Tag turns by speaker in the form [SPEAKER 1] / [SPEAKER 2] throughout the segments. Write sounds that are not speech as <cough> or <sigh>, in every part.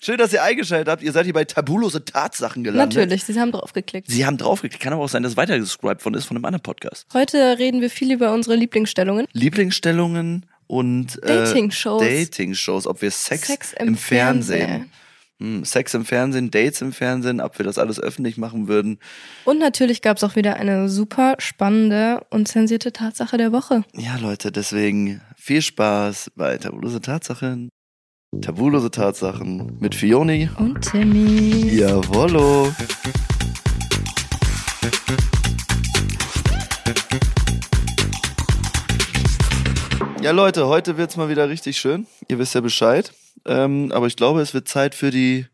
[SPEAKER 1] Schön, dass ihr eingeschaltet habt. Ihr seid hier bei tabulose Tatsachen gelandet.
[SPEAKER 2] Natürlich, sie haben draufgeklickt.
[SPEAKER 1] Sie haben draufgeklickt. Kann aber auch sein, dass weitergescribed worden ist von einem anderen Podcast.
[SPEAKER 2] Heute reden wir viel über unsere Lieblingsstellungen.
[SPEAKER 1] Lieblingsstellungen und äh,
[SPEAKER 2] Dating-Shows.
[SPEAKER 1] Dating-Shows, ob wir Sex,
[SPEAKER 2] Sex
[SPEAKER 1] im,
[SPEAKER 2] im
[SPEAKER 1] Fernsehen.
[SPEAKER 2] Fernsehen.
[SPEAKER 1] Hm, Sex im Fernsehen, Dates im Fernsehen, ob wir das alles öffentlich machen würden.
[SPEAKER 2] Und natürlich gab es auch wieder eine super spannende und zensierte Tatsache der Woche.
[SPEAKER 1] Ja, Leute, deswegen viel Spaß bei Tabulose Tatsachen. Tabulose Tatsachen mit Fioni.
[SPEAKER 2] Und Timmy.
[SPEAKER 1] Jawollo. Ja, Leute, heute wird's mal wieder richtig schön. Ihr wisst ja Bescheid. Ähm, aber ich glaube, es wird Zeit für die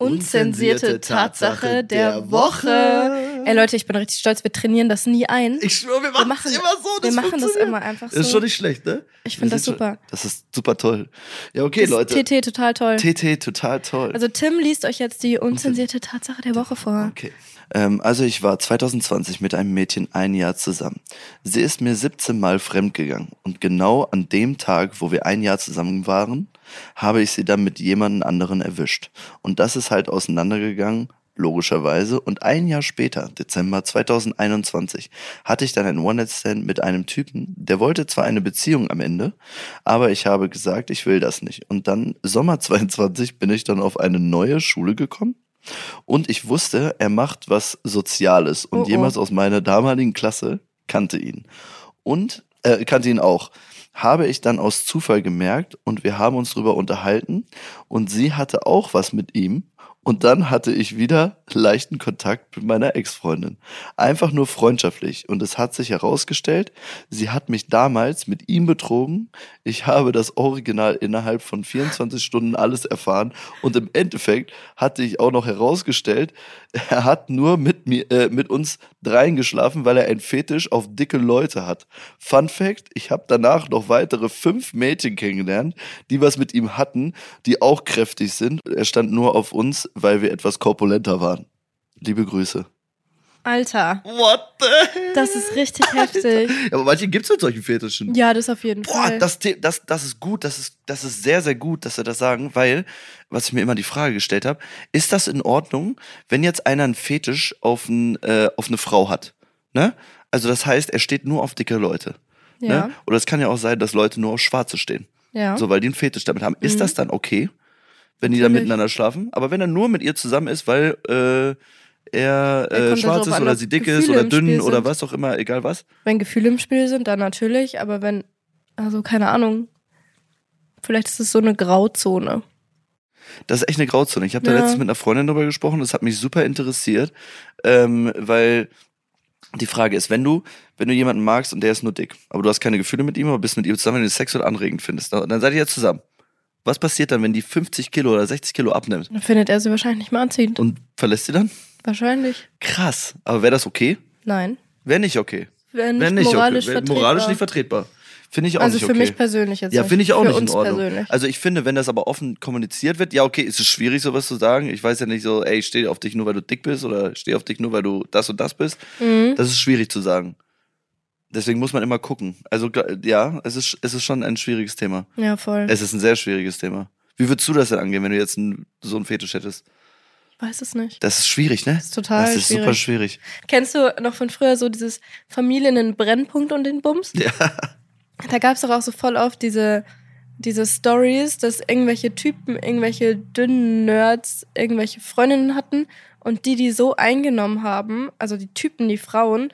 [SPEAKER 2] Unzensierte Tatsache der Woche. Ey Leute, ich bin richtig stolz, wir trainieren das nie ein.
[SPEAKER 1] Ich schwöre, wir
[SPEAKER 2] wir
[SPEAKER 1] machen
[SPEAKER 2] machen
[SPEAKER 1] es immer so.
[SPEAKER 2] wir machen das
[SPEAKER 1] funktioniert.
[SPEAKER 2] immer einfach so.
[SPEAKER 1] Ist schon nicht schlecht, ne?
[SPEAKER 2] Ich find
[SPEAKER 1] Wir
[SPEAKER 2] das
[SPEAKER 1] sind schon-
[SPEAKER 2] super.
[SPEAKER 1] Das ist super toll. Ja, okay,
[SPEAKER 2] Das
[SPEAKER 1] Leute.
[SPEAKER 2] TT total toll.
[SPEAKER 1] TT, total toll.
[SPEAKER 2] Also Tim liest euch jetzt die unzensierte Tatsache der Woche vor.
[SPEAKER 1] Okay. Ähm, also ich war 2020 mit einem Mädchen ein Jahr zusammen. Sie ist mir 17 Mal fremdgegangen und genau an dem Tag, wo wir ein Jahr zusammen waren, habe ich sie dann mit jemandem anderen erwischt. Und das ist halt auseinandergegangen, logischerweise. Und ein Jahr später, Dezember 2021, hatte ich dann ein One-Night-Stand mit einem Typen, der wollte zwar eine Beziehung am Ende, aber ich habe gesagt, ich will das nicht. Und dann, Sommer <laughs> 22, bin ich dann auf eine neue Schule gekommen. Und ich wusste, er macht was Soziales. Und
[SPEAKER 2] Oh, oh.
[SPEAKER 1] jemand aus meiner damaligen Klasse kannte ihn. Und äh, kannte ihn auch. Habe ich dann aus Zufall gemerkt und wir haben uns drüber unterhalten. Und sie hatte auch was mit ihm. Und dann hatte ich wieder leichten Kontakt mit meiner Ex-Freundin. Einfach nur freundschaftlich. Und es hat sich herausgestellt, sie hat mich damals mit ihm betrogen. Ich habe das Original innerhalb von 24 Stunden alles erfahren. Und im Endeffekt hatte ich auch noch herausgestellt, er hat nur mit, mir, äh, mit uns dreien geschlafen, weil er einen Fetisch auf dicke Leute hat. Fun Fact, ich habe danach noch weitere fünf Mädchen kennengelernt, die was mit ihm hatten, die auch kräftig sind. Er stand nur auf uns, weil wir etwas korpulenter waren. Liebe Grüße.
[SPEAKER 2] Alter,
[SPEAKER 1] What the hell?
[SPEAKER 2] das ist richtig heftig.
[SPEAKER 1] Ja, aber manche gibt's mit solchen Fetischen.
[SPEAKER 2] Ja, das auf jeden
[SPEAKER 1] Boah,
[SPEAKER 2] Fall.
[SPEAKER 1] das, The- das, das ist gut, das ist, das ist sehr, sehr gut, dass wir das sagen, weil, was ich mir immer die Frage gestellt habe, ist das in Ordnung, wenn jetzt einer einen Fetisch auf, ein, äh, auf eine Frau hat? Ne? Also das heißt, er steht nur auf dicke Leute.
[SPEAKER 2] ja,
[SPEAKER 1] Ne? Oder es kann ja auch sein, dass Leute nur auf Schwarze stehen.
[SPEAKER 2] ja.
[SPEAKER 1] So, weil die einen Fetisch damit haben. Ist
[SPEAKER 2] Mhm.
[SPEAKER 1] das dann okay, wenn die dann
[SPEAKER 2] Natürlich.
[SPEAKER 1] miteinander schlafen? Aber wenn er nur mit ihr zusammen ist, weil äh, er
[SPEAKER 2] kommt
[SPEAKER 1] äh,
[SPEAKER 2] halt
[SPEAKER 1] schwarz
[SPEAKER 2] drauf
[SPEAKER 1] ist
[SPEAKER 2] an,
[SPEAKER 1] oder
[SPEAKER 2] ob
[SPEAKER 1] sie dick ist
[SPEAKER 2] Gefühle
[SPEAKER 1] oder
[SPEAKER 2] im Spiel
[SPEAKER 1] dünn oder
[SPEAKER 2] sind.
[SPEAKER 1] was auch immer, egal was.
[SPEAKER 2] Wenn Gefühle im Spiel sind, dann natürlich, aber wenn, also keine Ahnung, vielleicht ist es so eine Grauzone.
[SPEAKER 1] Das ist echt eine Grauzone. Ich habe da
[SPEAKER 2] Ja.
[SPEAKER 1] letztens mit einer Freundin drüber gesprochen, das hat mich super interessiert, ähm, weil die Frage ist, wenn du, wenn du jemanden magst und der ist nur dick, aber du hast keine Gefühle mit ihm, aber bist mit ihm zusammen, wenn du sexuell anregend findest, dann dann seid ihr ja zusammen. Was passiert dann, wenn die 50 Kilo oder 60 Kilo abnimmt
[SPEAKER 2] Dann findet er sie wahrscheinlich nicht mehr anziehend.
[SPEAKER 1] und verlässt sie dann?
[SPEAKER 2] Wahrscheinlich.
[SPEAKER 1] Krass. Aber wäre das okay?
[SPEAKER 2] Nein.
[SPEAKER 1] Wäre nicht okay.
[SPEAKER 2] Wenn nicht,
[SPEAKER 1] Wäre nicht
[SPEAKER 2] moralisch,
[SPEAKER 1] okay. Wäre
[SPEAKER 2] vertretbar.
[SPEAKER 1] moralisch nicht vertretbar. Finde ich auch
[SPEAKER 2] Also
[SPEAKER 1] nicht
[SPEAKER 2] für
[SPEAKER 1] okay.
[SPEAKER 2] mich persönlich jetzt.
[SPEAKER 1] Ja,
[SPEAKER 2] nicht.
[SPEAKER 1] finde ich auch
[SPEAKER 2] für
[SPEAKER 1] nicht
[SPEAKER 2] uns
[SPEAKER 1] in Ordnung.
[SPEAKER 2] persönlich.
[SPEAKER 1] Also ich finde, wenn das aber offen kommuniziert wird, ja okay, ist es schwierig, sowas zu sagen. Ich weiß ja nicht so, ey, ich stehe auf dich nur, weil du dick bist oder ich stehe auf dich nur, weil du das und das bist.
[SPEAKER 2] Mhm.
[SPEAKER 1] Das ist schwierig zu sagen. Deswegen muss man immer gucken. Also gl- ja, es ist, es ist schon ein schwieriges Thema.
[SPEAKER 2] Ja, voll.
[SPEAKER 1] Es ist ein sehr schwieriges Thema. Wie würdest du das denn angehen, wenn du jetzt einen, so einen Fetisch hättest?
[SPEAKER 2] Weiß es nicht.
[SPEAKER 1] Das ist schwierig, ne?
[SPEAKER 2] Das ist total
[SPEAKER 1] das ist
[SPEAKER 2] schwierig.
[SPEAKER 1] super schwierig.
[SPEAKER 2] Kennst du noch von früher so dieses Familien-Brennpunkt und den Bums?
[SPEAKER 1] Ja.
[SPEAKER 2] Da gab es doch auch so voll oft diese, diese Stories, dass irgendwelche Typen, irgendwelche dünnen Nerds, irgendwelche Freundinnen hatten und die, die so eingenommen haben, also die Typen, die Frauen,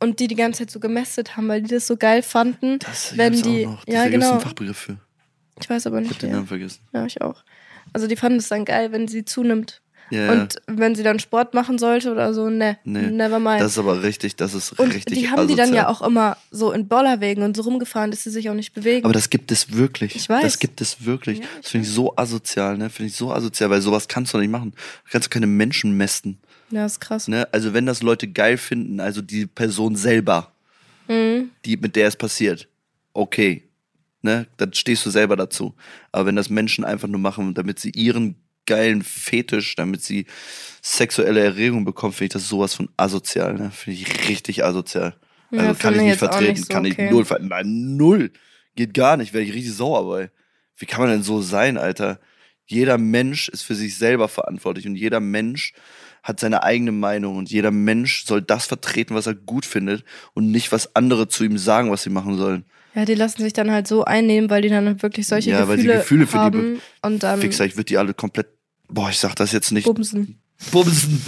[SPEAKER 2] und die die ganze Zeit so gemästet haben, weil die das so geil fanden.
[SPEAKER 1] Das
[SPEAKER 2] Wenn
[SPEAKER 1] gibt's
[SPEAKER 2] die-
[SPEAKER 1] auch noch.
[SPEAKER 2] ja,
[SPEAKER 1] Da gibt's einen
[SPEAKER 2] genau.
[SPEAKER 1] Fachbegriff für.
[SPEAKER 2] Ich weiß aber
[SPEAKER 1] Ich
[SPEAKER 2] nicht.
[SPEAKER 1] hab den
[SPEAKER 2] Mehr.
[SPEAKER 1] Namen vergessen.
[SPEAKER 2] Ja, ich auch. Also die fanden es dann geil, wenn sie zunimmt.
[SPEAKER 1] Ja,
[SPEAKER 2] Und wenn sie dann Sport machen sollte oder so, ne,
[SPEAKER 1] Nee.
[SPEAKER 2] never
[SPEAKER 1] ja.
[SPEAKER 2] mind.
[SPEAKER 1] das ist aber richtig, das ist
[SPEAKER 2] und
[SPEAKER 1] richtig Also
[SPEAKER 2] die haben die dann
[SPEAKER 1] asozial.
[SPEAKER 2] ja auch immer so in Bollerwegen und so rumgefahren, dass sie sich auch nicht bewegen.
[SPEAKER 1] Aber das gibt es wirklich.
[SPEAKER 2] Ich weiß.
[SPEAKER 1] Das gibt es wirklich.
[SPEAKER 2] Ja,
[SPEAKER 1] das
[SPEAKER 2] ich
[SPEAKER 1] finde ich so asozial, ne? Finde ich so asozial, weil sowas kannst du nicht machen. Du kannst keine Menschen mästen.
[SPEAKER 2] ja, ist krass.
[SPEAKER 1] Ne? Also wenn das Leute geil finden, also die Person selber,
[SPEAKER 2] Mhm.
[SPEAKER 1] die, mit der es passiert, okay. Ne? Dann stehst du selber dazu. Aber wenn das Menschen einfach nur machen, damit sie ihren geilen Fetisch, damit sie sexuelle Erregung bekommen, finde ich das sowas von asozial, ne? Finde ich richtig asozial. Also kann
[SPEAKER 2] Ja,
[SPEAKER 1] ich
[SPEAKER 2] finde
[SPEAKER 1] nicht
[SPEAKER 2] jetzt auch
[SPEAKER 1] vertreten,
[SPEAKER 2] nicht so
[SPEAKER 1] kann
[SPEAKER 2] okay.
[SPEAKER 1] ich null vertreten. Nein, null. Geht gar nicht, wäre ich richtig sauer bei. Wie kann man denn so sein, Alter? Jeder Mensch ist für sich selber verantwortlich und jeder Mensch hat seine eigene Meinung und jeder Mensch soll das vertreten, was er gut findet und nicht, was andere zu ihm sagen, was sie machen sollen.
[SPEAKER 2] Ja, die lassen sich dann halt so einnehmen, weil die dann wirklich solche
[SPEAKER 1] Ja, weil die
[SPEAKER 2] Gefühle,
[SPEAKER 1] Gefühle für die
[SPEAKER 2] haben und dann
[SPEAKER 1] Fixer, ich würde die alle komplett, boah, ich sag das jetzt nicht,
[SPEAKER 2] bumsen.
[SPEAKER 1] bumsen.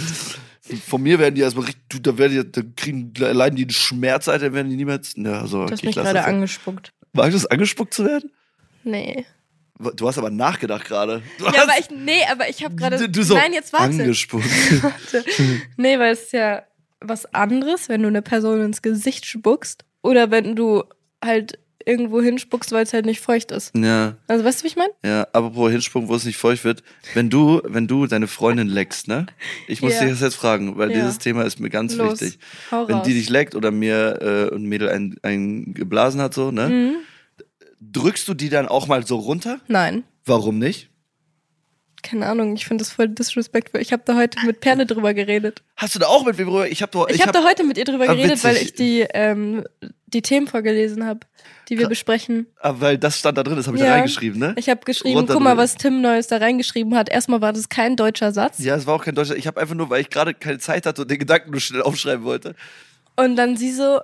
[SPEAKER 1] Von mir werden die erstmal richtig, du, da werden die, da kriegen, leiden die einen Schmerz, Alter, werden die niemals, na, so,
[SPEAKER 2] Du
[SPEAKER 1] okay,
[SPEAKER 2] hast mich
[SPEAKER 1] ich lass
[SPEAKER 2] gerade
[SPEAKER 1] das so.
[SPEAKER 2] angespuckt.
[SPEAKER 1] Magst du es angespuckt zu werden?
[SPEAKER 2] Nee.
[SPEAKER 1] Du hast aber nachgedacht gerade. Du
[SPEAKER 2] Ja,
[SPEAKER 1] hast-
[SPEAKER 2] aber ich, nee, aber ich habe gerade.
[SPEAKER 1] du, du so
[SPEAKER 2] nein, jetzt warte.
[SPEAKER 1] angespuckt. <laughs>
[SPEAKER 2] warte. Nee, weil es ist ja was anderes, wenn du eine Person ins Gesicht spuckst oder wenn du halt irgendwo hinspuckst, weil es halt nicht feucht ist.
[SPEAKER 1] ja.
[SPEAKER 2] Also weißt du, wie ich meine?
[SPEAKER 1] Ja, apropos Hinsprung, wo es nicht feucht wird. Wenn du, wenn du deine Freundin leckst, ne? Ich muss
[SPEAKER 2] Ja.
[SPEAKER 1] dich das jetzt fragen, weil
[SPEAKER 2] Ja.
[SPEAKER 1] dieses Thema ist mir ganz
[SPEAKER 2] Los,
[SPEAKER 1] wichtig.
[SPEAKER 2] hau
[SPEAKER 1] Wenn
[SPEAKER 2] raus.
[SPEAKER 1] die dich leckt oder mir äh, ein Mädel ein, ein geblasen hat, so, ne?
[SPEAKER 2] mhm.
[SPEAKER 1] Drückst du die dann auch mal so runter?
[SPEAKER 2] Nein.
[SPEAKER 1] Warum nicht?
[SPEAKER 2] Keine Ahnung, ich finde das voll disrespectful. Ich habe da heute mit Perle drüber geredet.
[SPEAKER 1] Hast du da auch mit wem rüber? Ich hab doch,
[SPEAKER 2] Ich, habe da heute mit ihr drüber
[SPEAKER 1] Ah,
[SPEAKER 2] geredet,
[SPEAKER 1] witzig.
[SPEAKER 2] weil ich die, ähm, die Themen vorgelesen habe, die wir
[SPEAKER 1] Kra-
[SPEAKER 2] besprechen.
[SPEAKER 1] ah, weil das stand da drin, das habe ich
[SPEAKER 2] Ja.
[SPEAKER 1] da reingeschrieben, ne?
[SPEAKER 2] Ich habe geschrieben,
[SPEAKER 1] Runter
[SPEAKER 2] guck mal,
[SPEAKER 1] drüber.
[SPEAKER 2] was Tim Neues da reingeschrieben hat. Erstmal war das kein deutscher Satz.
[SPEAKER 1] Ja, es war auch kein deutscher. Ich habe einfach nur, weil ich gerade keine Zeit hatte und den Gedanken nur schnell aufschreiben wollte.
[SPEAKER 2] Und dann sie so,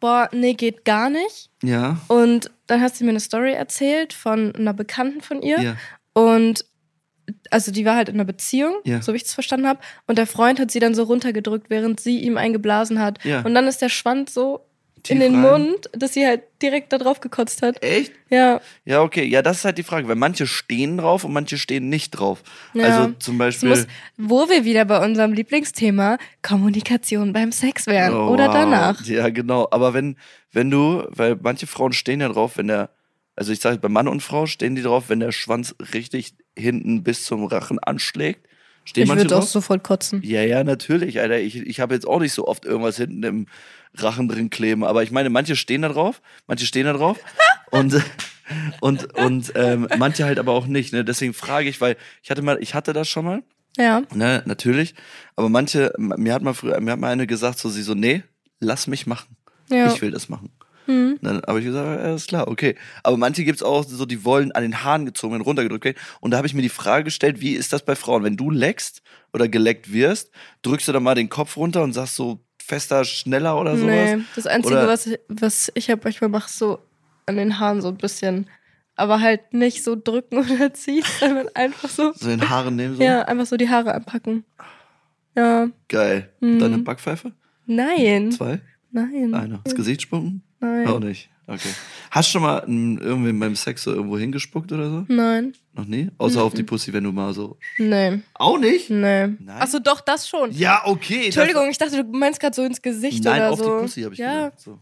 [SPEAKER 2] boah, nee, geht gar nicht.
[SPEAKER 1] Ja.
[SPEAKER 2] Und dann hat sie mir eine Story erzählt von einer Bekannten von ihr.
[SPEAKER 1] Ja.
[SPEAKER 2] Und also die war halt in einer Beziehung,
[SPEAKER 1] Ja.
[SPEAKER 2] so wie ich es verstanden habe. Und der Freund hat sie dann so runtergedrückt, während sie ihm eingeblasen hat.
[SPEAKER 1] Ja.
[SPEAKER 2] Und dann ist der Schwanz so in
[SPEAKER 1] Tief
[SPEAKER 2] den
[SPEAKER 1] rein.
[SPEAKER 2] Mund, dass sie halt direkt da drauf gekotzt hat.
[SPEAKER 1] Echt?
[SPEAKER 2] Ja,
[SPEAKER 1] Ja, okay. Ja, das ist halt die Frage, weil manche stehen drauf und manche stehen nicht drauf.
[SPEAKER 2] Ja.
[SPEAKER 1] Also zum
[SPEAKER 2] es
[SPEAKER 1] Beispiel.
[SPEAKER 2] muss, wo wir wieder bei unserem Lieblingsthema Kommunikation beim Sex wären
[SPEAKER 1] Oh,
[SPEAKER 2] oder
[SPEAKER 1] wow.
[SPEAKER 2] danach.
[SPEAKER 1] Ja, genau. Aber wenn, wenn du, weil manche Frauen stehen ja drauf, wenn der, also ich sage bei Mann und Frau stehen die drauf, wenn der Schwanz richtig hinten bis zum Rachen anschlägt. Stehen
[SPEAKER 2] Ich
[SPEAKER 1] manche
[SPEAKER 2] würde auch
[SPEAKER 1] drauf?
[SPEAKER 2] sofort kotzen.
[SPEAKER 1] ja, ja, natürlich, Alter. Ich, ich habe jetzt auch nicht so oft irgendwas hinten im Rachen drin kleben. Aber ich meine, manche stehen da drauf, manche stehen da
[SPEAKER 2] <laughs>
[SPEAKER 1] drauf und, und, und ähm, manche halt aber auch nicht. Ne? Deswegen frage ich, weil ich hatte mal, ich hatte das schon mal.
[SPEAKER 2] Ja.
[SPEAKER 1] Ne, natürlich. Aber manche, mir hat mal früher, mir hat mal eine gesagt, so sie so, nee, lass mich machen.
[SPEAKER 2] Ja.
[SPEAKER 1] Ich will das machen.
[SPEAKER 2] Hm.
[SPEAKER 1] Dann habe ich gesagt, ja, ist klar, okay. Aber manche gibt's auch so, die wollen an den Haaren gezogen werden, runtergedrückt werden. Und da habe ich mir die Frage gestellt, wie ist das bei Frauen? Wenn du leckst oder geleckt wirst, drückst du dann mal den Kopf runter und sagst so fester, schneller oder sowas?
[SPEAKER 2] Nee, das Einzige,
[SPEAKER 1] Oder-
[SPEAKER 2] was ich, was ich halt manchmal mache, ist so an den Haaren so ein bisschen. Aber halt nicht so drücken <laughs> oder ziehen, sondern einfach so.
[SPEAKER 1] So in den Haaren nehmen, so. ne?
[SPEAKER 2] Ja, einfach so die Haare anpacken. Ja.
[SPEAKER 1] Geil.
[SPEAKER 2] Mhm.
[SPEAKER 1] Deine Backpfeife?
[SPEAKER 2] Nein.
[SPEAKER 1] Zwei?
[SPEAKER 2] Nein.
[SPEAKER 1] Eine. Ins Gesicht spucken? Auch
[SPEAKER 2] Nein.
[SPEAKER 1] nicht. Okay. Hast du schon mal mm, irgendwen beim Sex so irgendwo hingespuckt oder so?
[SPEAKER 2] Nein.
[SPEAKER 1] Noch nie? Außer auf die
[SPEAKER 2] Mhm.
[SPEAKER 1] Pussy, wenn du mal so.
[SPEAKER 2] Nee.
[SPEAKER 1] Auch nicht?
[SPEAKER 2] Nee.
[SPEAKER 1] Nein?
[SPEAKER 2] Achso, doch, das schon.
[SPEAKER 1] Ja, okay. das-
[SPEAKER 2] Entschuldigung, ich dachte, du meinst gerade so ins Gesicht
[SPEAKER 1] Nein,
[SPEAKER 2] oder
[SPEAKER 1] auf
[SPEAKER 2] so.
[SPEAKER 1] die Pussy habe ich
[SPEAKER 2] Ja,
[SPEAKER 1] gedacht. So.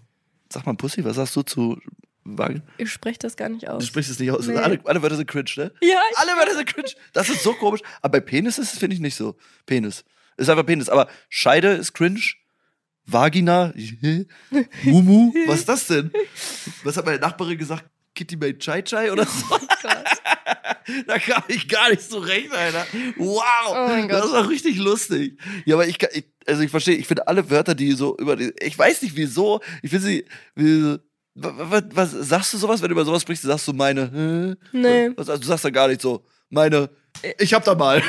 [SPEAKER 1] Sag mal Pussy, was sagst du zu Wagen?
[SPEAKER 2] ich spreche das gar nicht
[SPEAKER 1] Du
[SPEAKER 2] aus.
[SPEAKER 1] sprichst es nicht aus.
[SPEAKER 2] Nee.
[SPEAKER 1] Alle, alle Wörter sind cringe, ne?
[SPEAKER 2] Ja, ich,
[SPEAKER 1] Alle Wörter sind cringe. Das ist so komisch. Aber bei Penis ist es, finde ich, nicht so. Penis. Ist einfach Penis. Aber Scheide ist cringe. Vagina. <laughs> Mumu. Was ist das denn? Was hat meine Nachbarin gesagt? Kitty made Chai Chai oder so?
[SPEAKER 2] <laughs> oh Gott.
[SPEAKER 1] <laughs> Da kam ich gar nicht zurecht, Alter. Wow.
[SPEAKER 2] Oh mein Gott.
[SPEAKER 1] Das war richtig lustig. Ja, aber ich, kann- ich also ich verstehe, ich finde alle Wörter, die so über die, ich weiß nicht wieso, ich finde sie, wie, was, was, sagst du sowas, wenn du über sowas sprichst, sagst du meine, hä?
[SPEAKER 2] Nee.
[SPEAKER 1] Was, also du sagst dann gar nicht so, meine, ich hab da mal.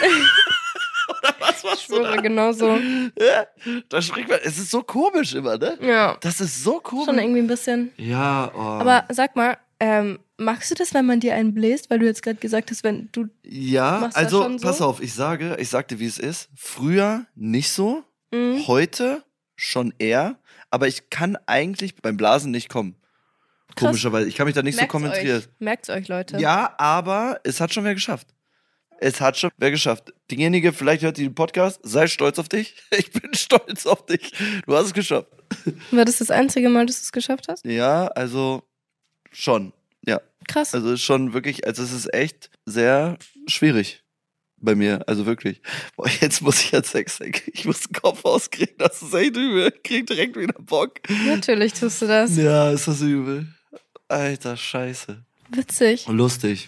[SPEAKER 2] <laughs>
[SPEAKER 1] Oder was, <laughs>
[SPEAKER 2] Ich
[SPEAKER 1] was du
[SPEAKER 2] schwöre, genauso.
[SPEAKER 1] da? Da spricht man, es ist so komisch immer, ne?
[SPEAKER 2] Ja.
[SPEAKER 1] Das ist so komisch.
[SPEAKER 2] Schon irgendwie ein bisschen.
[SPEAKER 1] ja, oh.
[SPEAKER 2] Aber sag mal, ähm, magst du das, wenn man dir einen bläst? Weil du jetzt gerade gesagt hast, wenn du.
[SPEAKER 1] Ja,
[SPEAKER 2] Machst du das
[SPEAKER 1] also
[SPEAKER 2] schon so?
[SPEAKER 1] pass auf, ich sage, ich sagte, wie es ist. Früher nicht so,
[SPEAKER 2] Mhm.
[SPEAKER 1] heute schon eher, aber ich kann eigentlich beim Blasen nicht kommen.
[SPEAKER 2] Krass.
[SPEAKER 1] Komischerweise, ich kann mich da nicht so konzentrieren.
[SPEAKER 2] euch. Merkt's euch, Leute.
[SPEAKER 1] Ja, aber es hat schon wer geschafft. Es hat schon wer geschafft. Diejenige, vielleicht hört die den Podcast, sei stolz auf dich. <laughs> Ich bin stolz auf dich. Du hast es geschafft.
[SPEAKER 2] War das das einzige Mal, dass du es geschafft hast?
[SPEAKER 1] Ja, also schon.
[SPEAKER 2] Krass.
[SPEAKER 1] Also es ist schon wirklich, also es ist echt sehr schwierig bei mir, also wirklich. Boah, jetzt muss ich an Sex denken. Ich muss den Kopf auskriegen, das ist echt übel. Ich krieg direkt wieder Bock.
[SPEAKER 2] Natürlich tust du <laughs> das.
[SPEAKER 1] Ja, ist das übel. Alter, scheiße.
[SPEAKER 2] Witzig.
[SPEAKER 1] Lustig.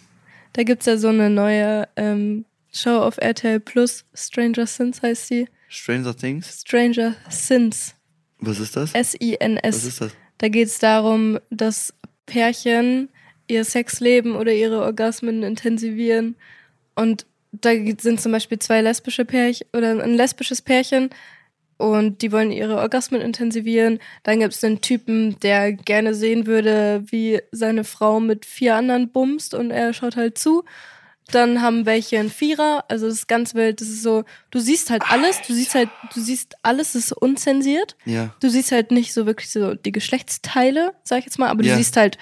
[SPEAKER 2] Da gibt's ja so eine neue ähm, Show auf RTL Plus. Stranger Sins heißt sie.
[SPEAKER 1] Stranger Things?
[SPEAKER 2] Stranger Sins.
[SPEAKER 1] Was ist das? Was
[SPEAKER 2] S-I-N-S.
[SPEAKER 1] ist das?
[SPEAKER 2] Da geht's darum, dass Pärchen ihr Sexleben oder ihre Orgasmen intensivieren Und da sind zum Beispiel zwei lesbische Pärchen oder ein lesbisches Pärchen und die wollen ihre Orgasmen intensivieren. Dann gibt es einen Typen, der gerne sehen würde, wie seine Frau mit vier anderen bumst und er schaut halt zu. Dann haben welche einen Vierer, also das ist ganz wild, das ist so, du siehst halt alles, du siehst halt, du siehst alles ist unzensiert.
[SPEAKER 1] Ja.
[SPEAKER 2] Du siehst halt nicht so wirklich so die Geschlechtsteile, sag ich jetzt mal, aber
[SPEAKER 1] Ja.
[SPEAKER 2] du siehst halt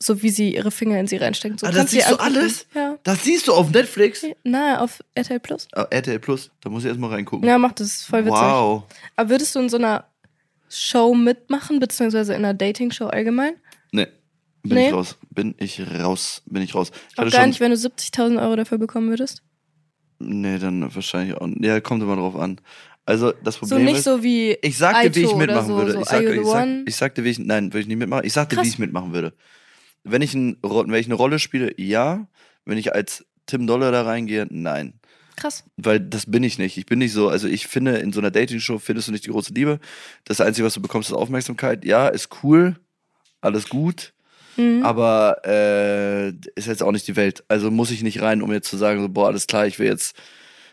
[SPEAKER 2] so, wie sie ihre Finger in sie reinstecken. So,
[SPEAKER 1] Ah, das
[SPEAKER 2] kannst dir
[SPEAKER 1] siehst du
[SPEAKER 2] angucken.
[SPEAKER 1] alles?
[SPEAKER 2] Ja.
[SPEAKER 1] Das siehst du auf Netflix?
[SPEAKER 2] Na, auf RTL Plus.
[SPEAKER 1] Ah, RTL Plus, da muss ich erstmal reingucken.
[SPEAKER 2] Ja, macht das voll witzig.
[SPEAKER 1] wow.
[SPEAKER 2] Aber würdest du in so einer Show mitmachen, beziehungsweise in einer Dating-Show allgemein?
[SPEAKER 1] Nee. Bin
[SPEAKER 2] Nee?
[SPEAKER 1] ich raus. Bin ich raus. Bin ich raus. Ich
[SPEAKER 2] Auch
[SPEAKER 1] hatte
[SPEAKER 2] gar
[SPEAKER 1] schon,
[SPEAKER 2] nicht, wenn du 70.000 Euro dafür bekommen würdest.
[SPEAKER 1] Nee, dann wahrscheinlich auch. Ja, kommt immer drauf an. Also, das
[SPEAKER 2] So
[SPEAKER 1] Problem
[SPEAKER 2] nicht
[SPEAKER 1] ist.
[SPEAKER 2] so wie.
[SPEAKER 1] Ich sagte, wie
[SPEAKER 2] Aito
[SPEAKER 1] ich
[SPEAKER 2] oder
[SPEAKER 1] mitmachen
[SPEAKER 2] so,
[SPEAKER 1] würde.
[SPEAKER 2] so
[SPEAKER 1] ich,
[SPEAKER 2] Are You
[SPEAKER 1] sagte,
[SPEAKER 2] the
[SPEAKER 1] ich, sag,
[SPEAKER 2] One?
[SPEAKER 1] ich sagte, wie ich. Nein, würde ich nicht mitmachen. Ich sagte,
[SPEAKER 2] Krass.
[SPEAKER 1] wie ich mitmachen würde. Wenn ich, ein, Ro- wenn ich eine Rolle spiele, ja. Wenn ich als Tim Dollar da reingehe, nein.
[SPEAKER 2] Krass.
[SPEAKER 1] Weil das bin ich nicht. Ich bin nicht so. Also, ich finde, in so einer Dating-Show findest du nicht die große Liebe. Das Einzige, was du bekommst, ist Aufmerksamkeit. Ja, ist cool. Alles gut.
[SPEAKER 2] Mhm.
[SPEAKER 1] Aber äh, ist jetzt auch nicht die Welt. Also muss ich nicht rein, um jetzt zu sagen, so, boah, alles klar, ich will jetzt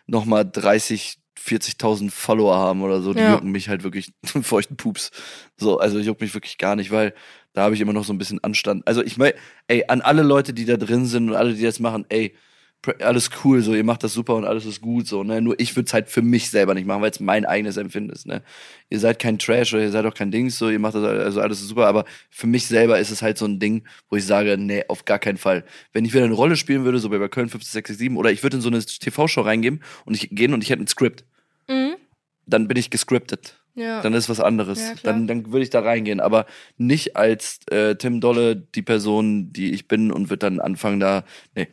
[SPEAKER 1] nochmal 30, 40.000 Follower haben oder so. Die
[SPEAKER 2] Ja.
[SPEAKER 1] jucken mich halt wirklich <laughs> einen feuchten Pups. So, also juckt mich wirklich gar nicht, weil da habe ich immer noch so ein bisschen Anstand. Also ich mein, ey, an alle Leute, die da drin sind und alle, die das machen, ey, pr- alles cool, so, ihr macht das super und alles ist gut, so, ne? Nur ich würde es halt für mich selber nicht machen, weil es mein eigenes Empfinden ist, ne? Ihr seid kein Trash oder ihr seid auch kein Dings, so, ihr macht das, also alles ist super, aber für mich selber ist es halt so ein Ding, wo ich sage, nee, auf gar keinen Fall. Wenn ich wieder eine Rolle spielen würde, so wie bei Köln 567, oder ich würde in so eine TV-Show reingehen und ich gehen und ich hätte ein Skript,
[SPEAKER 2] Mhm.
[SPEAKER 1] dann bin ich gescriptet
[SPEAKER 2] Ja.
[SPEAKER 1] dann ist was anderes.
[SPEAKER 2] Ah. Ja, klar.
[SPEAKER 1] dann dann würde ich da reingehen, aber nicht als äh, Tim Dolle die Person, die ich bin und würde dann anfangen da. Nee,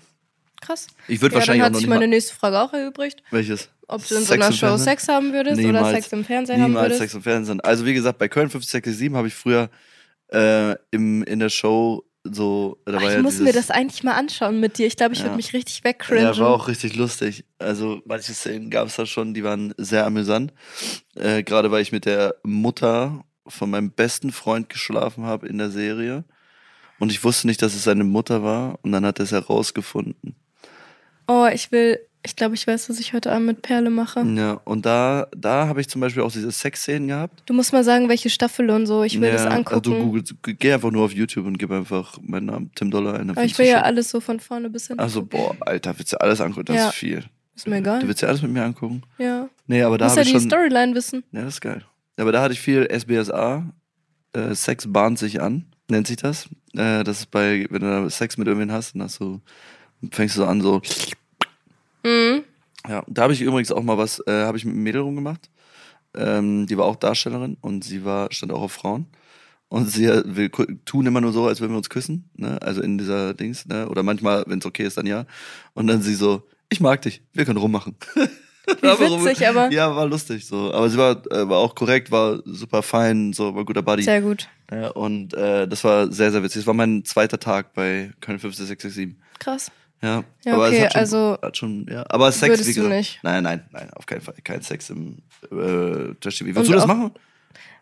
[SPEAKER 2] Krass.
[SPEAKER 1] ich würde
[SPEAKER 2] Ja, dann
[SPEAKER 1] wahrscheinlich auch
[SPEAKER 2] hat
[SPEAKER 1] noch
[SPEAKER 2] sich
[SPEAKER 1] nicht
[SPEAKER 2] meine
[SPEAKER 1] mal,
[SPEAKER 2] nächste Frage auch erübrigt.
[SPEAKER 1] welches.
[SPEAKER 2] Ob du in so
[SPEAKER 1] Sex
[SPEAKER 2] einer
[SPEAKER 1] im
[SPEAKER 2] Show
[SPEAKER 1] Fernsehen?
[SPEAKER 2] Sex haben würdest oder
[SPEAKER 1] Niemals.
[SPEAKER 2] Sex im Fernsehen haben
[SPEAKER 1] Niemals
[SPEAKER 2] würdest.
[SPEAKER 1] Sex im Fernsehen. Also wie gesagt, bei Köln 567 habe ich früher äh, im, in der Show so. Da
[SPEAKER 2] Ach,
[SPEAKER 1] war
[SPEAKER 2] ich
[SPEAKER 1] ja
[SPEAKER 2] muss
[SPEAKER 1] dieses,
[SPEAKER 2] mir das eigentlich mal anschauen mit dir. Ich glaube, ich
[SPEAKER 1] Ja.
[SPEAKER 2] würde mich richtig wegcringen.
[SPEAKER 1] Ja, war auch richtig lustig. Also manche Szenen gab es da schon, die waren sehr amüsant. Äh, Gerade weil ich mit der Mutter von meinem besten Freund geschlafen habe in der Serie. Und ich wusste nicht, dass es seine Mutter war. Und dann hat er es herausgefunden.
[SPEAKER 2] Oh, ich will. Ich glaube, ich weiß, was ich heute Abend mit Perle mache.
[SPEAKER 1] Ja, und da, da habe ich zum Beispiel auch diese Sexszenen gehabt.
[SPEAKER 2] Du musst mal sagen, welche Staffel und so. Ich will
[SPEAKER 1] ja,
[SPEAKER 2] das angucken.
[SPEAKER 1] Also Google, geh einfach nur auf YouTube und gib einfach meinen Namen Tim Dollar ein. dann
[SPEAKER 2] Aber ich
[SPEAKER 1] findest
[SPEAKER 2] will
[SPEAKER 1] du
[SPEAKER 2] ja
[SPEAKER 1] schon.
[SPEAKER 2] alles so von vorne bis hinten.
[SPEAKER 1] Also, boah, Alter, willst du alles angucken? Das
[SPEAKER 2] Ja.
[SPEAKER 1] ist viel.
[SPEAKER 2] ist mir
[SPEAKER 1] Du
[SPEAKER 2] egal.
[SPEAKER 1] willst ja alles mit mir angucken?
[SPEAKER 2] Ja.
[SPEAKER 1] Nee, aber
[SPEAKER 2] Du
[SPEAKER 1] da
[SPEAKER 2] musst
[SPEAKER 1] habe
[SPEAKER 2] ja
[SPEAKER 1] ich
[SPEAKER 2] die
[SPEAKER 1] schon...
[SPEAKER 2] Storyline wissen.
[SPEAKER 1] Ja, das ist geil. Aber da hatte ich viel SBSA. Äh, Sex bahnt sich an, nennt sich das. Äh, das ist bei, wenn du da Sex mit irgendwen hast, dann hast du, fängst du so an, so. <laughs>
[SPEAKER 2] Mhm.
[SPEAKER 1] Ja, da habe ich übrigens auch mal was, äh, habe ich mit einem Mädel rumgemacht. Ähm, die war auch Darstellerin und sie war, stand auch auf Frauen. Und sie äh, wir ku- tun immer nur so, als würden wir uns küssen, ne? Also in dieser Dings, ne? Oder manchmal, wenn es okay ist, dann ja. Und dann sie so, ich mag dich, wir können rummachen. <laughs>
[SPEAKER 2] Wie witzig, aber
[SPEAKER 1] Ja, war lustig so. Aber sie war, äh, war auch korrekt, war super fein, so war guter Buddy.
[SPEAKER 2] sehr gut.
[SPEAKER 1] Ja, und äh, das war sehr, sehr witzig. Das war mein zweiter Tag bei Köln 5667.
[SPEAKER 2] Krass.
[SPEAKER 1] Ja,
[SPEAKER 2] Ja,
[SPEAKER 1] aber es
[SPEAKER 2] okay,
[SPEAKER 1] hat schon,
[SPEAKER 2] also
[SPEAKER 1] hat schon, ja. Aber Sex,
[SPEAKER 2] würdest
[SPEAKER 1] wie
[SPEAKER 2] du
[SPEAKER 1] gesagt.
[SPEAKER 2] nicht.
[SPEAKER 1] Nein, nein, nein, auf keinen Fall. Kein Sex im äh, Trash TV.
[SPEAKER 2] Und
[SPEAKER 1] Würdest du das
[SPEAKER 2] auch-
[SPEAKER 1] machen?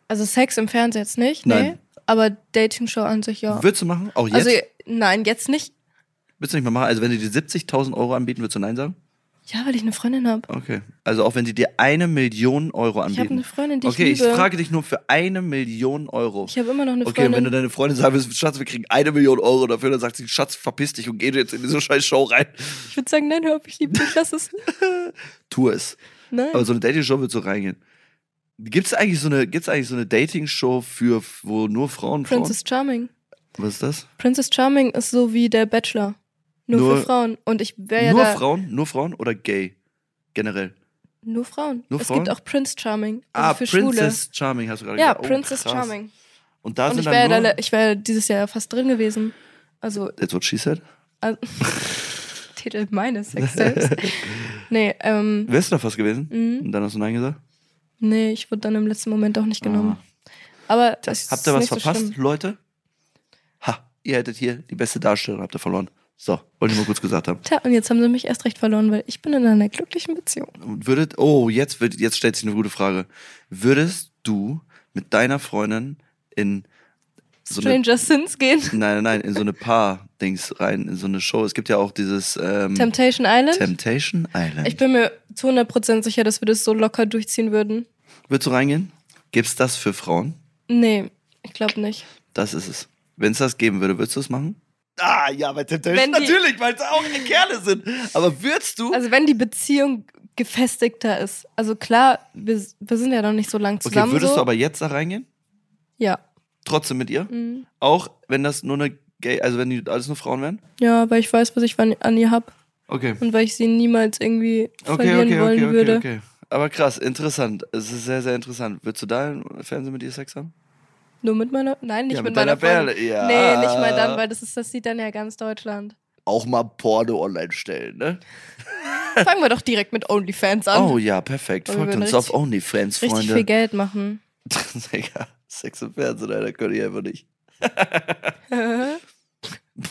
[SPEAKER 2] Also Sex im Fernsehen jetzt nicht, nee.
[SPEAKER 1] Nein.
[SPEAKER 2] Aber Dating-Show an sich ja.
[SPEAKER 1] Würdest du machen? Auch jetzt?
[SPEAKER 2] Also nein, jetzt nicht.
[SPEAKER 1] würdest du nicht mal machen? Also, wenn die dir 70.000 Euro anbieten, würdest du Nein sagen?
[SPEAKER 2] Ja, weil ich eine Freundin habe.
[SPEAKER 1] Okay. Also, auch wenn die dir eine Million Euro
[SPEAKER 2] Ich habe eine
[SPEAKER 1] anbieten.
[SPEAKER 2] Freundin, die
[SPEAKER 1] okay,
[SPEAKER 2] ich
[SPEAKER 1] ich,
[SPEAKER 2] liebe.
[SPEAKER 1] frage dich nur für eine Million Euro.
[SPEAKER 2] ich habe immer noch eine
[SPEAKER 1] Okay, und wenn
[SPEAKER 2] Freundin.
[SPEAKER 1] du deine Freundin sagen willst, Schatz, wir kriegen eine Million Euro dafür, dann sagt sie, Schatz, verpiss dich und geh jetzt in diese <laughs> scheiß Show rein.
[SPEAKER 2] ich würde sagen, nein, hör auf, ich liebe dich,
[SPEAKER 1] <laughs>
[SPEAKER 2] lass es.
[SPEAKER 1] Tu es.
[SPEAKER 2] Nein.
[SPEAKER 1] Aber so eine Dating-Show wird so reingehen. Gibt es eigentlich so eine, gibt's eigentlich so eine Dating-Show für, wo nur Frauen Frauen?
[SPEAKER 2] Princess Charming.
[SPEAKER 1] Was ist das?
[SPEAKER 2] Princess Charming ist so wie der Bachelor. Nur,
[SPEAKER 1] Nur-
[SPEAKER 2] für Frauen. Und ich wäre ja
[SPEAKER 1] nur
[SPEAKER 2] da.
[SPEAKER 1] Frauen? Nur Frauen oder gay? Generell.
[SPEAKER 2] Nur Frauen.
[SPEAKER 1] Nur
[SPEAKER 2] es
[SPEAKER 1] Frauen?
[SPEAKER 2] gibt auch Prince Charming. Also
[SPEAKER 1] ah,
[SPEAKER 2] für
[SPEAKER 1] Princess Charming hast du gerade
[SPEAKER 2] Schwule. Ja,
[SPEAKER 1] gesagt. Oh,
[SPEAKER 2] Princess
[SPEAKER 1] krass.
[SPEAKER 2] Charming.
[SPEAKER 1] Und da
[SPEAKER 2] Und
[SPEAKER 1] sind
[SPEAKER 2] ich wäre ja
[SPEAKER 1] dann nur...
[SPEAKER 2] da, ich wäre dieses Jahr fast drin gewesen. Also
[SPEAKER 1] That's what she said.
[SPEAKER 2] Titel
[SPEAKER 1] <laughs>
[SPEAKER 2] meines Sextapes. nee, ähm,
[SPEAKER 1] Wärst du da fast gewesen?
[SPEAKER 2] mh,
[SPEAKER 1] Und dann hast du Nein gesagt?
[SPEAKER 2] nee, ich wurde dann im letzten Moment auch nicht genommen.
[SPEAKER 1] Ah.
[SPEAKER 2] Aber
[SPEAKER 1] Tja,
[SPEAKER 2] es
[SPEAKER 1] habt
[SPEAKER 2] ist
[SPEAKER 1] ihr was
[SPEAKER 2] nicht So
[SPEAKER 1] verpasst,
[SPEAKER 2] schlimm.
[SPEAKER 1] Leute? Ha, ihr hättet hier die beste Darstellerin, habt ihr verloren. So, wollte ich mal kurz gesagt haben.
[SPEAKER 2] Tja, und jetzt haben sie mich erst recht verloren, weil ich bin in einer glücklichen Beziehung.
[SPEAKER 1] Und Würdet, oh, jetzt, wird, jetzt stellt sich eine gute Frage. Würdest du mit deiner Freundin in so eine,
[SPEAKER 2] Stranger Sins gehen.
[SPEAKER 1] nein, nein, nein, in so eine Paar-Dings rein, in so eine Show. Es gibt ja auch dieses ähm,
[SPEAKER 2] Temptation Island.
[SPEAKER 1] Temptation Island.
[SPEAKER 2] ich bin mir zu 100% sicher, dass wir das so locker durchziehen würden.
[SPEAKER 1] Würdest du reingehen? Gibt's das für Frauen?
[SPEAKER 2] Nee, ich glaube nicht.
[SPEAKER 1] Das ist es. Wenn es das geben würde, würdest du es machen? Ah, ja, bei Temptation
[SPEAKER 2] Wenn die-
[SPEAKER 1] natürlich, weil es auch die Kerle sind. Aber würdest du?
[SPEAKER 2] Also wenn die Beziehung gefestigter ist. Also klar, wir, wir sind ja noch nicht so lang
[SPEAKER 1] okay,
[SPEAKER 2] zusammen.
[SPEAKER 1] würdest
[SPEAKER 2] so.
[SPEAKER 1] du aber jetzt da reingehen?
[SPEAKER 2] ja.
[SPEAKER 1] Trotzdem mit ihr?
[SPEAKER 2] Mhm.
[SPEAKER 1] Auch wenn das nur eine Gay, also wenn die alles nur Frauen wären?
[SPEAKER 2] Ja, weil ich weiß, was ich an, an ihr hab
[SPEAKER 1] Okay.
[SPEAKER 2] und weil ich sie niemals irgendwie
[SPEAKER 1] Okay,
[SPEAKER 2] verlieren
[SPEAKER 1] okay,
[SPEAKER 2] wollen
[SPEAKER 1] okay, okay,
[SPEAKER 2] würde.
[SPEAKER 1] okay. Aber krass, interessant. Es ist sehr, sehr interessant. Würdest du da im Fernsehen mit ihr Sex haben?
[SPEAKER 2] Nur mit meiner. Nein, nicht
[SPEAKER 1] ja,
[SPEAKER 2] mit,
[SPEAKER 1] mit deiner
[SPEAKER 2] meiner Freundin.
[SPEAKER 1] Perle. Ja.
[SPEAKER 2] Nee, nicht mal dann, weil das ist, das sieht dann ja ganz Deutschland.
[SPEAKER 1] Auch mal Porno online stellen, ne?
[SPEAKER 2] Fangen wir doch direkt mit OnlyFans an.
[SPEAKER 1] Oh ja, perfekt.
[SPEAKER 2] Aber wir
[SPEAKER 1] Folgt
[SPEAKER 2] würden
[SPEAKER 1] uns auf
[SPEAKER 2] richtig-
[SPEAKER 1] OnlyFans,
[SPEAKER 2] Richtig viel
[SPEAKER 1] Freunde.
[SPEAKER 2] Geld machen.
[SPEAKER 1] <laughs>
[SPEAKER 2] <laughs>
[SPEAKER 1] Digga, Sex im Fernsehen, Alter, könnte ich einfach nicht.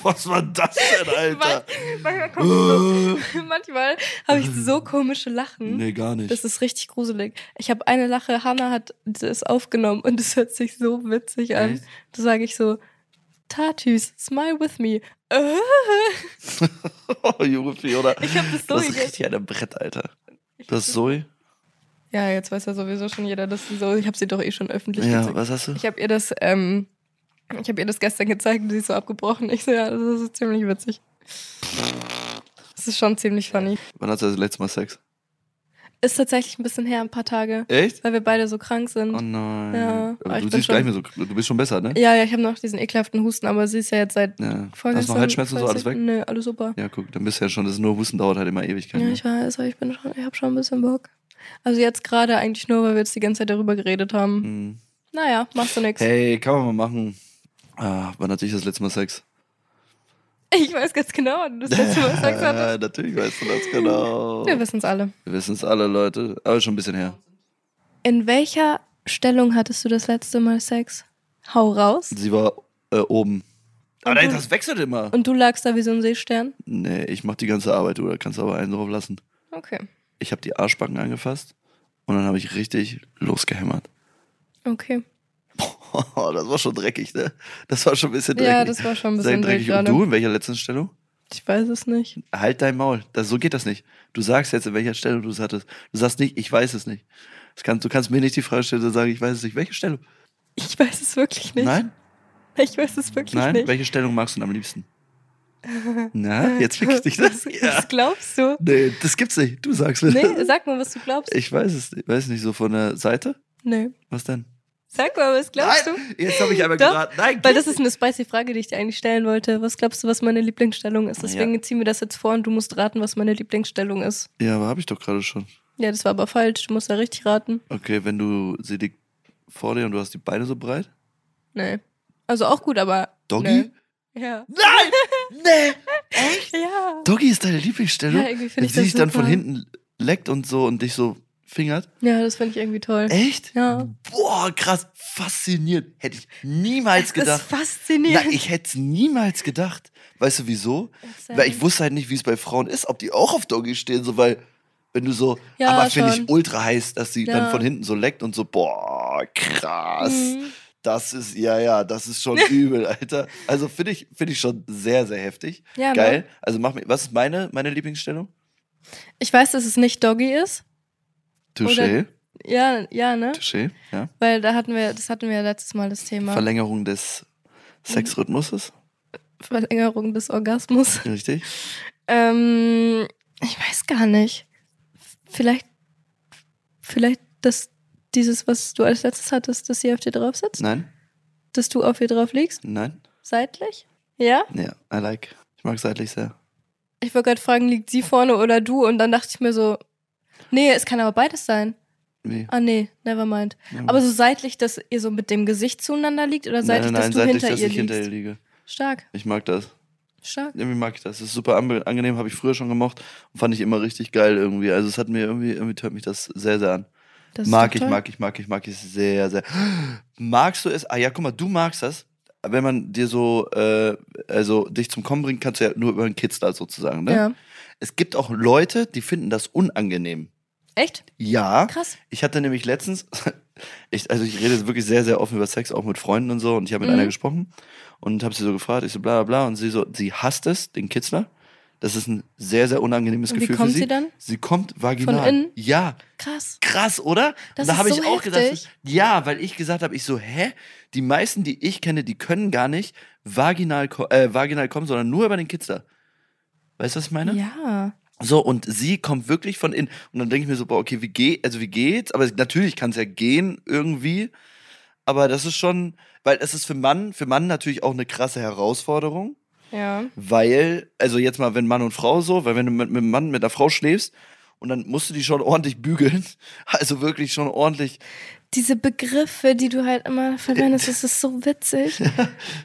[SPEAKER 1] Was war das
[SPEAKER 2] <laughs>
[SPEAKER 1] denn, Alter?
[SPEAKER 2] manchmal kommt so,
[SPEAKER 1] <laughs>
[SPEAKER 2] manchmal habe ich so komische Lachen.
[SPEAKER 1] nee, gar nicht.
[SPEAKER 2] Hm? Das ist richtig gruselig. Ich habe eine Lache, Hannah hat das aufgenommen und es hört sich so witzig
[SPEAKER 1] <laughs>
[SPEAKER 2] an.
[SPEAKER 1] Echt?
[SPEAKER 2] Da sage ich so, Tatüs, smile with me. Äh,
[SPEAKER 1] oh, Junge Fiona.
[SPEAKER 2] ich habe das so
[SPEAKER 1] Das ist
[SPEAKER 2] gegessen.
[SPEAKER 1] richtig eine Brett, Alter. Das ist Zoe.
[SPEAKER 2] Ja, jetzt weiß ja sowieso schon jeder, dass sie so, ich habe sie doch eh schon öffentlich
[SPEAKER 1] Ja,
[SPEAKER 2] gezeigt.
[SPEAKER 1] was hast du?
[SPEAKER 2] Ich habe ihr das, ähm, ich habe ihr das gestern gezeigt und sie ist so abgebrochen. Ich so, ja, das ist ziemlich witzig. Das ist schon ziemlich funny.
[SPEAKER 1] Wann hast du das letzte Mal Sex?
[SPEAKER 2] Ist tatsächlich ein bisschen her, ein paar Tage,
[SPEAKER 1] Echt?
[SPEAKER 2] weil wir beide so krank sind.
[SPEAKER 1] Oh nein.
[SPEAKER 2] Ja, aber
[SPEAKER 1] aber
[SPEAKER 2] ich
[SPEAKER 1] du
[SPEAKER 2] bin
[SPEAKER 1] siehst gleich
[SPEAKER 2] schon-
[SPEAKER 1] mehr so. Du bist schon besser, ne?
[SPEAKER 2] Ja, ja, ich habe noch diesen ekelhaften Husten, aber sie ist ja jetzt seit
[SPEAKER 1] Ja.
[SPEAKER 2] vorgestern.
[SPEAKER 1] Hast du noch Halsschmerzen und so alles weg?
[SPEAKER 2] Nö, alles super.
[SPEAKER 1] Ja, guck, dann bist du ja schon, das nur Husten dauert halt immer Ewigkeiten.
[SPEAKER 2] Ja,
[SPEAKER 1] ne?
[SPEAKER 2] ich weiß, aber ich bin schon, ich habe schon ein bisschen Bock. Also jetzt gerade eigentlich nur, weil wir jetzt die ganze Zeit darüber geredet haben.
[SPEAKER 1] Mhm.
[SPEAKER 2] Naja, machst du nix.
[SPEAKER 1] Hey, kann man mal machen. Ah, wann hatte ich das letzte Mal Sex?
[SPEAKER 2] <laughs> Ich weiß ganz genau, wann du das letzte Mal
[SPEAKER 1] <laughs>
[SPEAKER 2] Sex hattest.
[SPEAKER 1] Ja, Natürlich weißt du das genau.
[SPEAKER 2] Wir wissen's alle.
[SPEAKER 1] Wir wissen es alle, Leute. Aber schon ein bisschen her.
[SPEAKER 2] In welcher Stellung hattest du das letzte Mal Sex? Hau raus.
[SPEAKER 1] Sie war äh, oben. Aber
[SPEAKER 2] Und
[SPEAKER 1] nein,
[SPEAKER 2] du-
[SPEAKER 1] das wechselt immer.
[SPEAKER 2] Und du lagst da wie so ein Seestern?
[SPEAKER 1] Nee, ich mach die ganze Arbeit, du. Da kannst du aber einen drauf lassen.
[SPEAKER 2] Okay.
[SPEAKER 1] Ich habe die Arschbacken angefasst und dann habe ich richtig losgehämmert.
[SPEAKER 2] Okay.
[SPEAKER 1] Oh, das war schon dreckig, ne? Das war schon ein bisschen dreckig.
[SPEAKER 2] Ja, das war schon ein
[SPEAKER 1] Sehr
[SPEAKER 2] bisschen wild
[SPEAKER 1] dreckig. Und du
[SPEAKER 2] gerade.
[SPEAKER 1] in welcher letzten Stellung?
[SPEAKER 2] Ich weiß es nicht.
[SPEAKER 1] Halt dein Maul. Das, so geht das nicht. Du sagst jetzt, in welcher Stellung du es hattest. Du sagst nicht, ich weiß es nicht. Das kannst, du kannst mir nicht die Frage stellen und sagen, ich weiß es nicht. Welche Stellung?
[SPEAKER 2] Ich weiß es wirklich nicht.
[SPEAKER 1] Nein?
[SPEAKER 2] Ich weiß es wirklich
[SPEAKER 1] Nein?
[SPEAKER 2] nicht.
[SPEAKER 1] Welche Stellung magst du denn am
[SPEAKER 2] <laughs>
[SPEAKER 1] liebsten? Na, jetzt wirklich dich das?
[SPEAKER 2] Was,
[SPEAKER 1] Ja.
[SPEAKER 2] <laughs> was
[SPEAKER 1] <laughs>
[SPEAKER 2] glaubst du?
[SPEAKER 1] Nee, das gibt's nicht. Du sagst mir
[SPEAKER 2] Nee,
[SPEAKER 1] das.
[SPEAKER 2] sag mal, was du glaubst.
[SPEAKER 1] Ich weiß es nicht. weiß nicht, so von der Seite?
[SPEAKER 2] Nee.
[SPEAKER 1] Was denn?
[SPEAKER 2] Sag mal, was glaubst du?
[SPEAKER 1] Nein, jetzt habe ich einmal
[SPEAKER 2] Doch,
[SPEAKER 1] geraten. Nein,
[SPEAKER 2] Weil
[SPEAKER 1] geht
[SPEAKER 2] das ist eine spicy Frage, die ich dir eigentlich stellen wollte. Was glaubst du, was meine Lieblingsstellung ist? Deswegen ziehen wir das jetzt vor und du musst raten, was meine Lieblingsstellung ist.
[SPEAKER 1] Ja, aber habe ich doch gerade schon.
[SPEAKER 2] Ja, das war aber falsch. Du musst da richtig raten.
[SPEAKER 1] Okay, wenn du sie liegt vor dir und du hast die Beine so breit.
[SPEAKER 2] Nee. Also auch gut, aber.
[SPEAKER 1] Doggy?
[SPEAKER 2] Nee. Ja. <laughs>
[SPEAKER 1] Nein! Nee!
[SPEAKER 2] Ja.
[SPEAKER 1] Doggy ist deine Lieblingsstellung.
[SPEAKER 2] Ja, irgendwie finde
[SPEAKER 1] wenn
[SPEAKER 2] ich
[SPEAKER 1] sie
[SPEAKER 2] das
[SPEAKER 1] dich dann
[SPEAKER 2] super.
[SPEAKER 1] von hinten leckt und so und dich so fingert.
[SPEAKER 2] Ja, das finde ich irgendwie toll.
[SPEAKER 1] Echt?
[SPEAKER 2] Ja.
[SPEAKER 1] Boah, krass. Faszinierend. Hätte ich niemals
[SPEAKER 2] <laughs> Das ist
[SPEAKER 1] gedacht.
[SPEAKER 2] faszinierend.
[SPEAKER 1] Na, ich hätte es niemals gedacht. Weißt du wieso?
[SPEAKER 2] Erzähl.
[SPEAKER 1] Weil ich wusste halt nicht, wie es bei Frauen ist, ob die auch auf Doggy stehen, so weil, wenn du so,
[SPEAKER 2] Ja,
[SPEAKER 1] aber finde ich
[SPEAKER 2] schon.
[SPEAKER 1] ultra heiß, dass sie dann
[SPEAKER 2] Ja.
[SPEAKER 1] von hinten so leckt und so, boah, krass.
[SPEAKER 2] Mhm.
[SPEAKER 1] Das ist, ja, ja, das ist
[SPEAKER 2] <laughs>
[SPEAKER 1] schon übel, Alter. Also finde ich, finde ich schon sehr, sehr heftig.
[SPEAKER 2] Ja, ne?
[SPEAKER 1] Geil. Also mach mir, was ist meine, meine Lieblingsstellung?
[SPEAKER 2] Ich weiß, dass es nicht Doggy ist.
[SPEAKER 1] Touché.
[SPEAKER 2] ne? Ja, ja, ne?
[SPEAKER 1] Touché, ja.
[SPEAKER 2] Weil da hatten wir, das hatten wir ja letztes Mal das Thema.
[SPEAKER 1] Verlängerung des Sexrhythmuses.
[SPEAKER 2] Verlängerung des Orgasmus.
[SPEAKER 1] Richtig.
[SPEAKER 2] Ähm, ich weiß gar nicht. Vielleicht, vielleicht das, dieses, was du als letztes hattest, dass sie auf dir drauf sitzt?
[SPEAKER 1] Nein,
[SPEAKER 2] Dass du auf ihr drauf liegst?
[SPEAKER 1] nein.
[SPEAKER 2] Seitlich? Ja?
[SPEAKER 1] Ja, I like. Ich mag seitlich sehr.
[SPEAKER 2] Ich wollte gerade fragen, liegt sie vorne oder du? Und dann dachte ich mir so, nee, es kann aber beides sein.
[SPEAKER 1] Nee.
[SPEAKER 2] Ah, nee, never mind.
[SPEAKER 1] Ja.
[SPEAKER 2] Aber so seitlich, dass ihr so mit dem Gesicht zueinander liegt oder seitlich, dass du hinter
[SPEAKER 1] dass
[SPEAKER 2] ihr
[SPEAKER 1] ich hinter ihr
[SPEAKER 2] liegst?
[SPEAKER 1] liege.
[SPEAKER 2] Stark,
[SPEAKER 1] Ich mag das.
[SPEAKER 2] stark.
[SPEAKER 1] Irgendwie mag ich das. Das ist super anbe- angenehm, habe ich früher schon gemocht und fand ich immer richtig geil irgendwie. Also es hat mir irgendwie, irgendwie tönt mich das sehr, sehr an.
[SPEAKER 2] Das ist
[SPEAKER 1] mag
[SPEAKER 2] doch
[SPEAKER 1] ich,
[SPEAKER 2] toll.
[SPEAKER 1] mag ich, mag ich, mag ich sehr, sehr. Magst du es? Ah ja, guck mal, du magst das. Wenn man dir so, äh, also dich zum Kommen bringt, kannst du ja nur über einen Kitzler sozusagen, ne?
[SPEAKER 2] Ja.
[SPEAKER 1] Es gibt auch Leute, die finden das unangenehm.
[SPEAKER 2] Echt?
[SPEAKER 1] Ja,
[SPEAKER 2] Krass.
[SPEAKER 1] ich hatte nämlich letztens, <laughs> ich, also ich rede wirklich sehr, sehr offen über Sex, auch mit Freunden und so. Und ich habe mit
[SPEAKER 2] Mhm.
[SPEAKER 1] einer gesprochen und habe sie so gefragt, ich so bla bla bla. Und sie so, sie hasst es, den Kitzler. Das ist ein sehr, sehr unangenehmes
[SPEAKER 2] Und wie
[SPEAKER 1] Gefühl
[SPEAKER 2] kommt
[SPEAKER 1] für sie.
[SPEAKER 2] sie dann?
[SPEAKER 1] Sie kommt vaginal.
[SPEAKER 2] innen?
[SPEAKER 1] Ja,
[SPEAKER 2] Krass.
[SPEAKER 1] krass, oder?
[SPEAKER 2] Das
[SPEAKER 1] und da
[SPEAKER 2] ist
[SPEAKER 1] habe
[SPEAKER 2] so
[SPEAKER 1] ich auch
[SPEAKER 2] heftig.
[SPEAKER 1] gesagt, ja, weil ich gesagt habe, ich so, hä? Die meisten, die ich kenne, die können gar nicht vaginal, ko- äh, vaginal kommen, sondern nur über den Kitzler. Weißt du, was ich meine?
[SPEAKER 2] Ja.
[SPEAKER 1] So, und sie kommt wirklich von innen. Und dann denke ich mir so, boah, okay, wie geht, also wie geht's? Aber es- natürlich kann es ja gehen irgendwie. Aber das ist schon, weil es ist für Mann, für Mann natürlich auch eine krasse Herausforderung.
[SPEAKER 2] Ja.
[SPEAKER 1] Weil, also jetzt mal, wenn Mann und Frau so, weil wenn du mit, mit einem Mann, mit einer Frau schläfst und dann musst du die schon ordentlich bügeln. <laughs> Also wirklich schon ordentlich.
[SPEAKER 2] Diese Begriffe, die du halt immer verwendest, das ist
[SPEAKER 1] <laughs>
[SPEAKER 2] so witzig.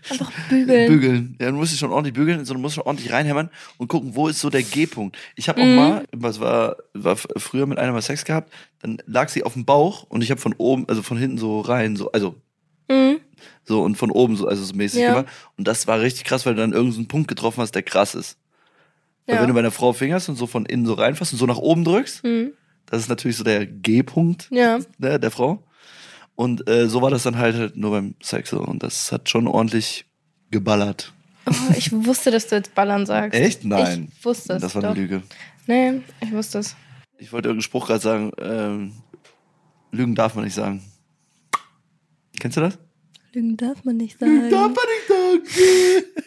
[SPEAKER 2] Einfach bügeln.
[SPEAKER 1] Äh, Bügeln. Ja, du musst dich schon ordentlich bügeln, sondern musst schon ordentlich reinhämmern und gucken, wo ist so der G-Punkt. Ich habe auch
[SPEAKER 2] Mhm.
[SPEAKER 1] mal, was war, war f- früher mit einer mal Sex gehabt, dann lag sie auf dem Bauch und ich habe von oben, also von hinten so rein, so, also
[SPEAKER 2] Mhm.
[SPEAKER 1] so und von oben so, also so mäßig
[SPEAKER 2] Ja.
[SPEAKER 1] gemacht. Und das war richtig krass, weil du dann irgendeinen Punkt getroffen hast, der krass ist. Weil
[SPEAKER 2] Ja.
[SPEAKER 1] wenn du bei einer Frau fingerst und so von innen so reinfasst und so nach oben drückst,
[SPEAKER 2] Mhm.
[SPEAKER 1] das ist natürlich so der G-Punkt
[SPEAKER 2] ja.
[SPEAKER 1] ne, der Frau. Und äh, so war das dann halt, halt nur beim Sex so. Und das hat schon ordentlich geballert.
[SPEAKER 2] Oh, ich wusste, dass du jetzt ballern sagst.
[SPEAKER 1] Echt? Nein.
[SPEAKER 2] Ich wusste es.
[SPEAKER 1] das war
[SPEAKER 2] doch.
[SPEAKER 1] eine Lüge.
[SPEAKER 2] Nee, ich wusste es.
[SPEAKER 1] Ich wollte irgendeinen Spruch gerade sagen. Ähm, Lügen darf man nicht sagen. Kennst du das?
[SPEAKER 2] Lügen darf man Ah, nicht sagen.
[SPEAKER 1] man nicht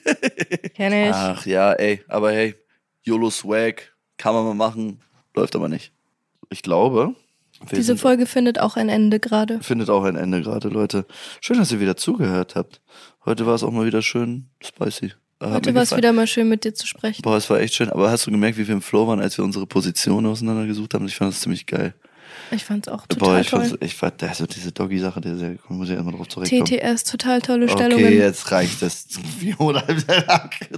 [SPEAKER 1] sagen.
[SPEAKER 2] Kenne ich.
[SPEAKER 1] Ach ja, ey. Aber hey, YOLO Swag kann man mal machen. Läuft aber nicht. Ich glaube, wir
[SPEAKER 2] Diese
[SPEAKER 1] sind,
[SPEAKER 2] Folge findet auch ein Ende gerade.
[SPEAKER 1] findet auch ein Ende gerade, Leute. Schön, dass ihr wieder zugehört habt. Heute war es auch mal wieder schön spicy. Hat
[SPEAKER 2] Heute
[SPEAKER 1] mir
[SPEAKER 2] war es
[SPEAKER 1] gefallen.
[SPEAKER 2] wieder mal schön, mit dir zu sprechen.
[SPEAKER 1] Boah, es war echt schön. Aber hast du gemerkt, wie wir im Flow waren, als wir unsere Positionen auseinandergesucht haben? Ich fand das ziemlich geil.
[SPEAKER 2] Ich fand's auch
[SPEAKER 1] Boah,
[SPEAKER 2] total
[SPEAKER 1] ich, fand's-
[SPEAKER 2] toll.
[SPEAKER 1] ich fand also diese Doggy-Sache, der sehr cool, muss ich erstmal drauf zurückkommen.
[SPEAKER 2] TTS, total tolle Stellungen.
[SPEAKER 1] Okay, jetzt reicht <laughs> es. Fiona,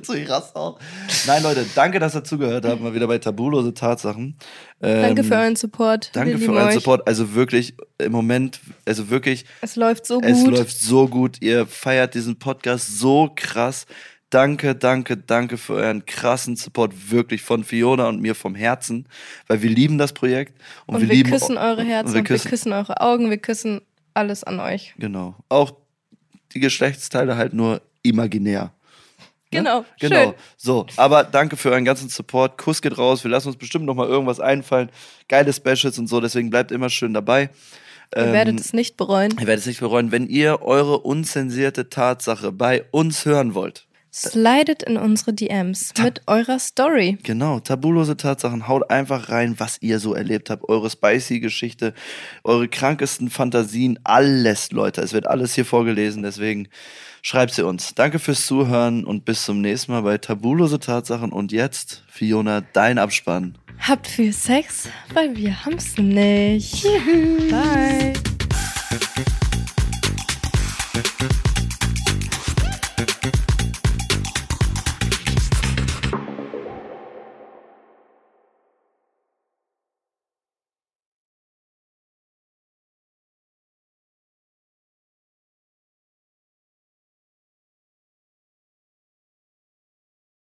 [SPEAKER 1] zu Rassau. Nein, Leute, danke, dass ihr zugehört habt. Mal wieder bei tabulose Tatsachen. Ähm,
[SPEAKER 2] Danke für euren Support.
[SPEAKER 1] Danke
[SPEAKER 2] Wir
[SPEAKER 1] für
[SPEAKER 2] lieben
[SPEAKER 1] euren
[SPEAKER 2] euch.
[SPEAKER 1] Support. Also wirklich, im Moment, also wirklich,
[SPEAKER 2] Es läuft so
[SPEAKER 1] es
[SPEAKER 2] gut.
[SPEAKER 1] läuft so gut. Ihr feiert diesen Podcast so krass. Danke, danke, danke für euren krassen Support wirklich von Fiona und mir vom Herzen, weil wir lieben das Projekt und,
[SPEAKER 2] und
[SPEAKER 1] wir,
[SPEAKER 2] wir,
[SPEAKER 1] lieben
[SPEAKER 2] küssen eure
[SPEAKER 1] und
[SPEAKER 2] Herzen, und
[SPEAKER 1] Wir küssen,
[SPEAKER 2] wir küssen eure Augen, wir küssen alles an euch.
[SPEAKER 1] genau. Auch die Geschlechtsteile halt nur imaginär. Ne?
[SPEAKER 2] Genau,
[SPEAKER 1] Genau.
[SPEAKER 2] schön.
[SPEAKER 1] So, aber danke für euren ganzen Support. Kuss geht raus. Wir lassen uns bestimmt noch mal irgendwas einfallen. Geile Specials und so. Deswegen bleibt immer schön dabei. Ähm,
[SPEAKER 2] Ihr werdet es nicht bereuen.
[SPEAKER 1] ihr werdet es nicht bereuen, wenn ihr eure unzensierte Tatsache bei uns hören wollt.
[SPEAKER 2] Slidet in unsere DMs mit eurer Story.
[SPEAKER 1] Genau, tabulose Tatsachen. Haut einfach rein, was ihr so erlebt habt. Eure spicy Geschichte, eure krankesten Fantasien, alles, Leute. Es wird alles hier vorgelesen, deswegen schreibt sie uns. Danke fürs Zuhören und bis zum nächsten Mal bei Tabulose Tatsachen. Und jetzt, Fiona, dein Abspann.
[SPEAKER 2] Habt viel Sex, weil wir haben's nicht. Bye.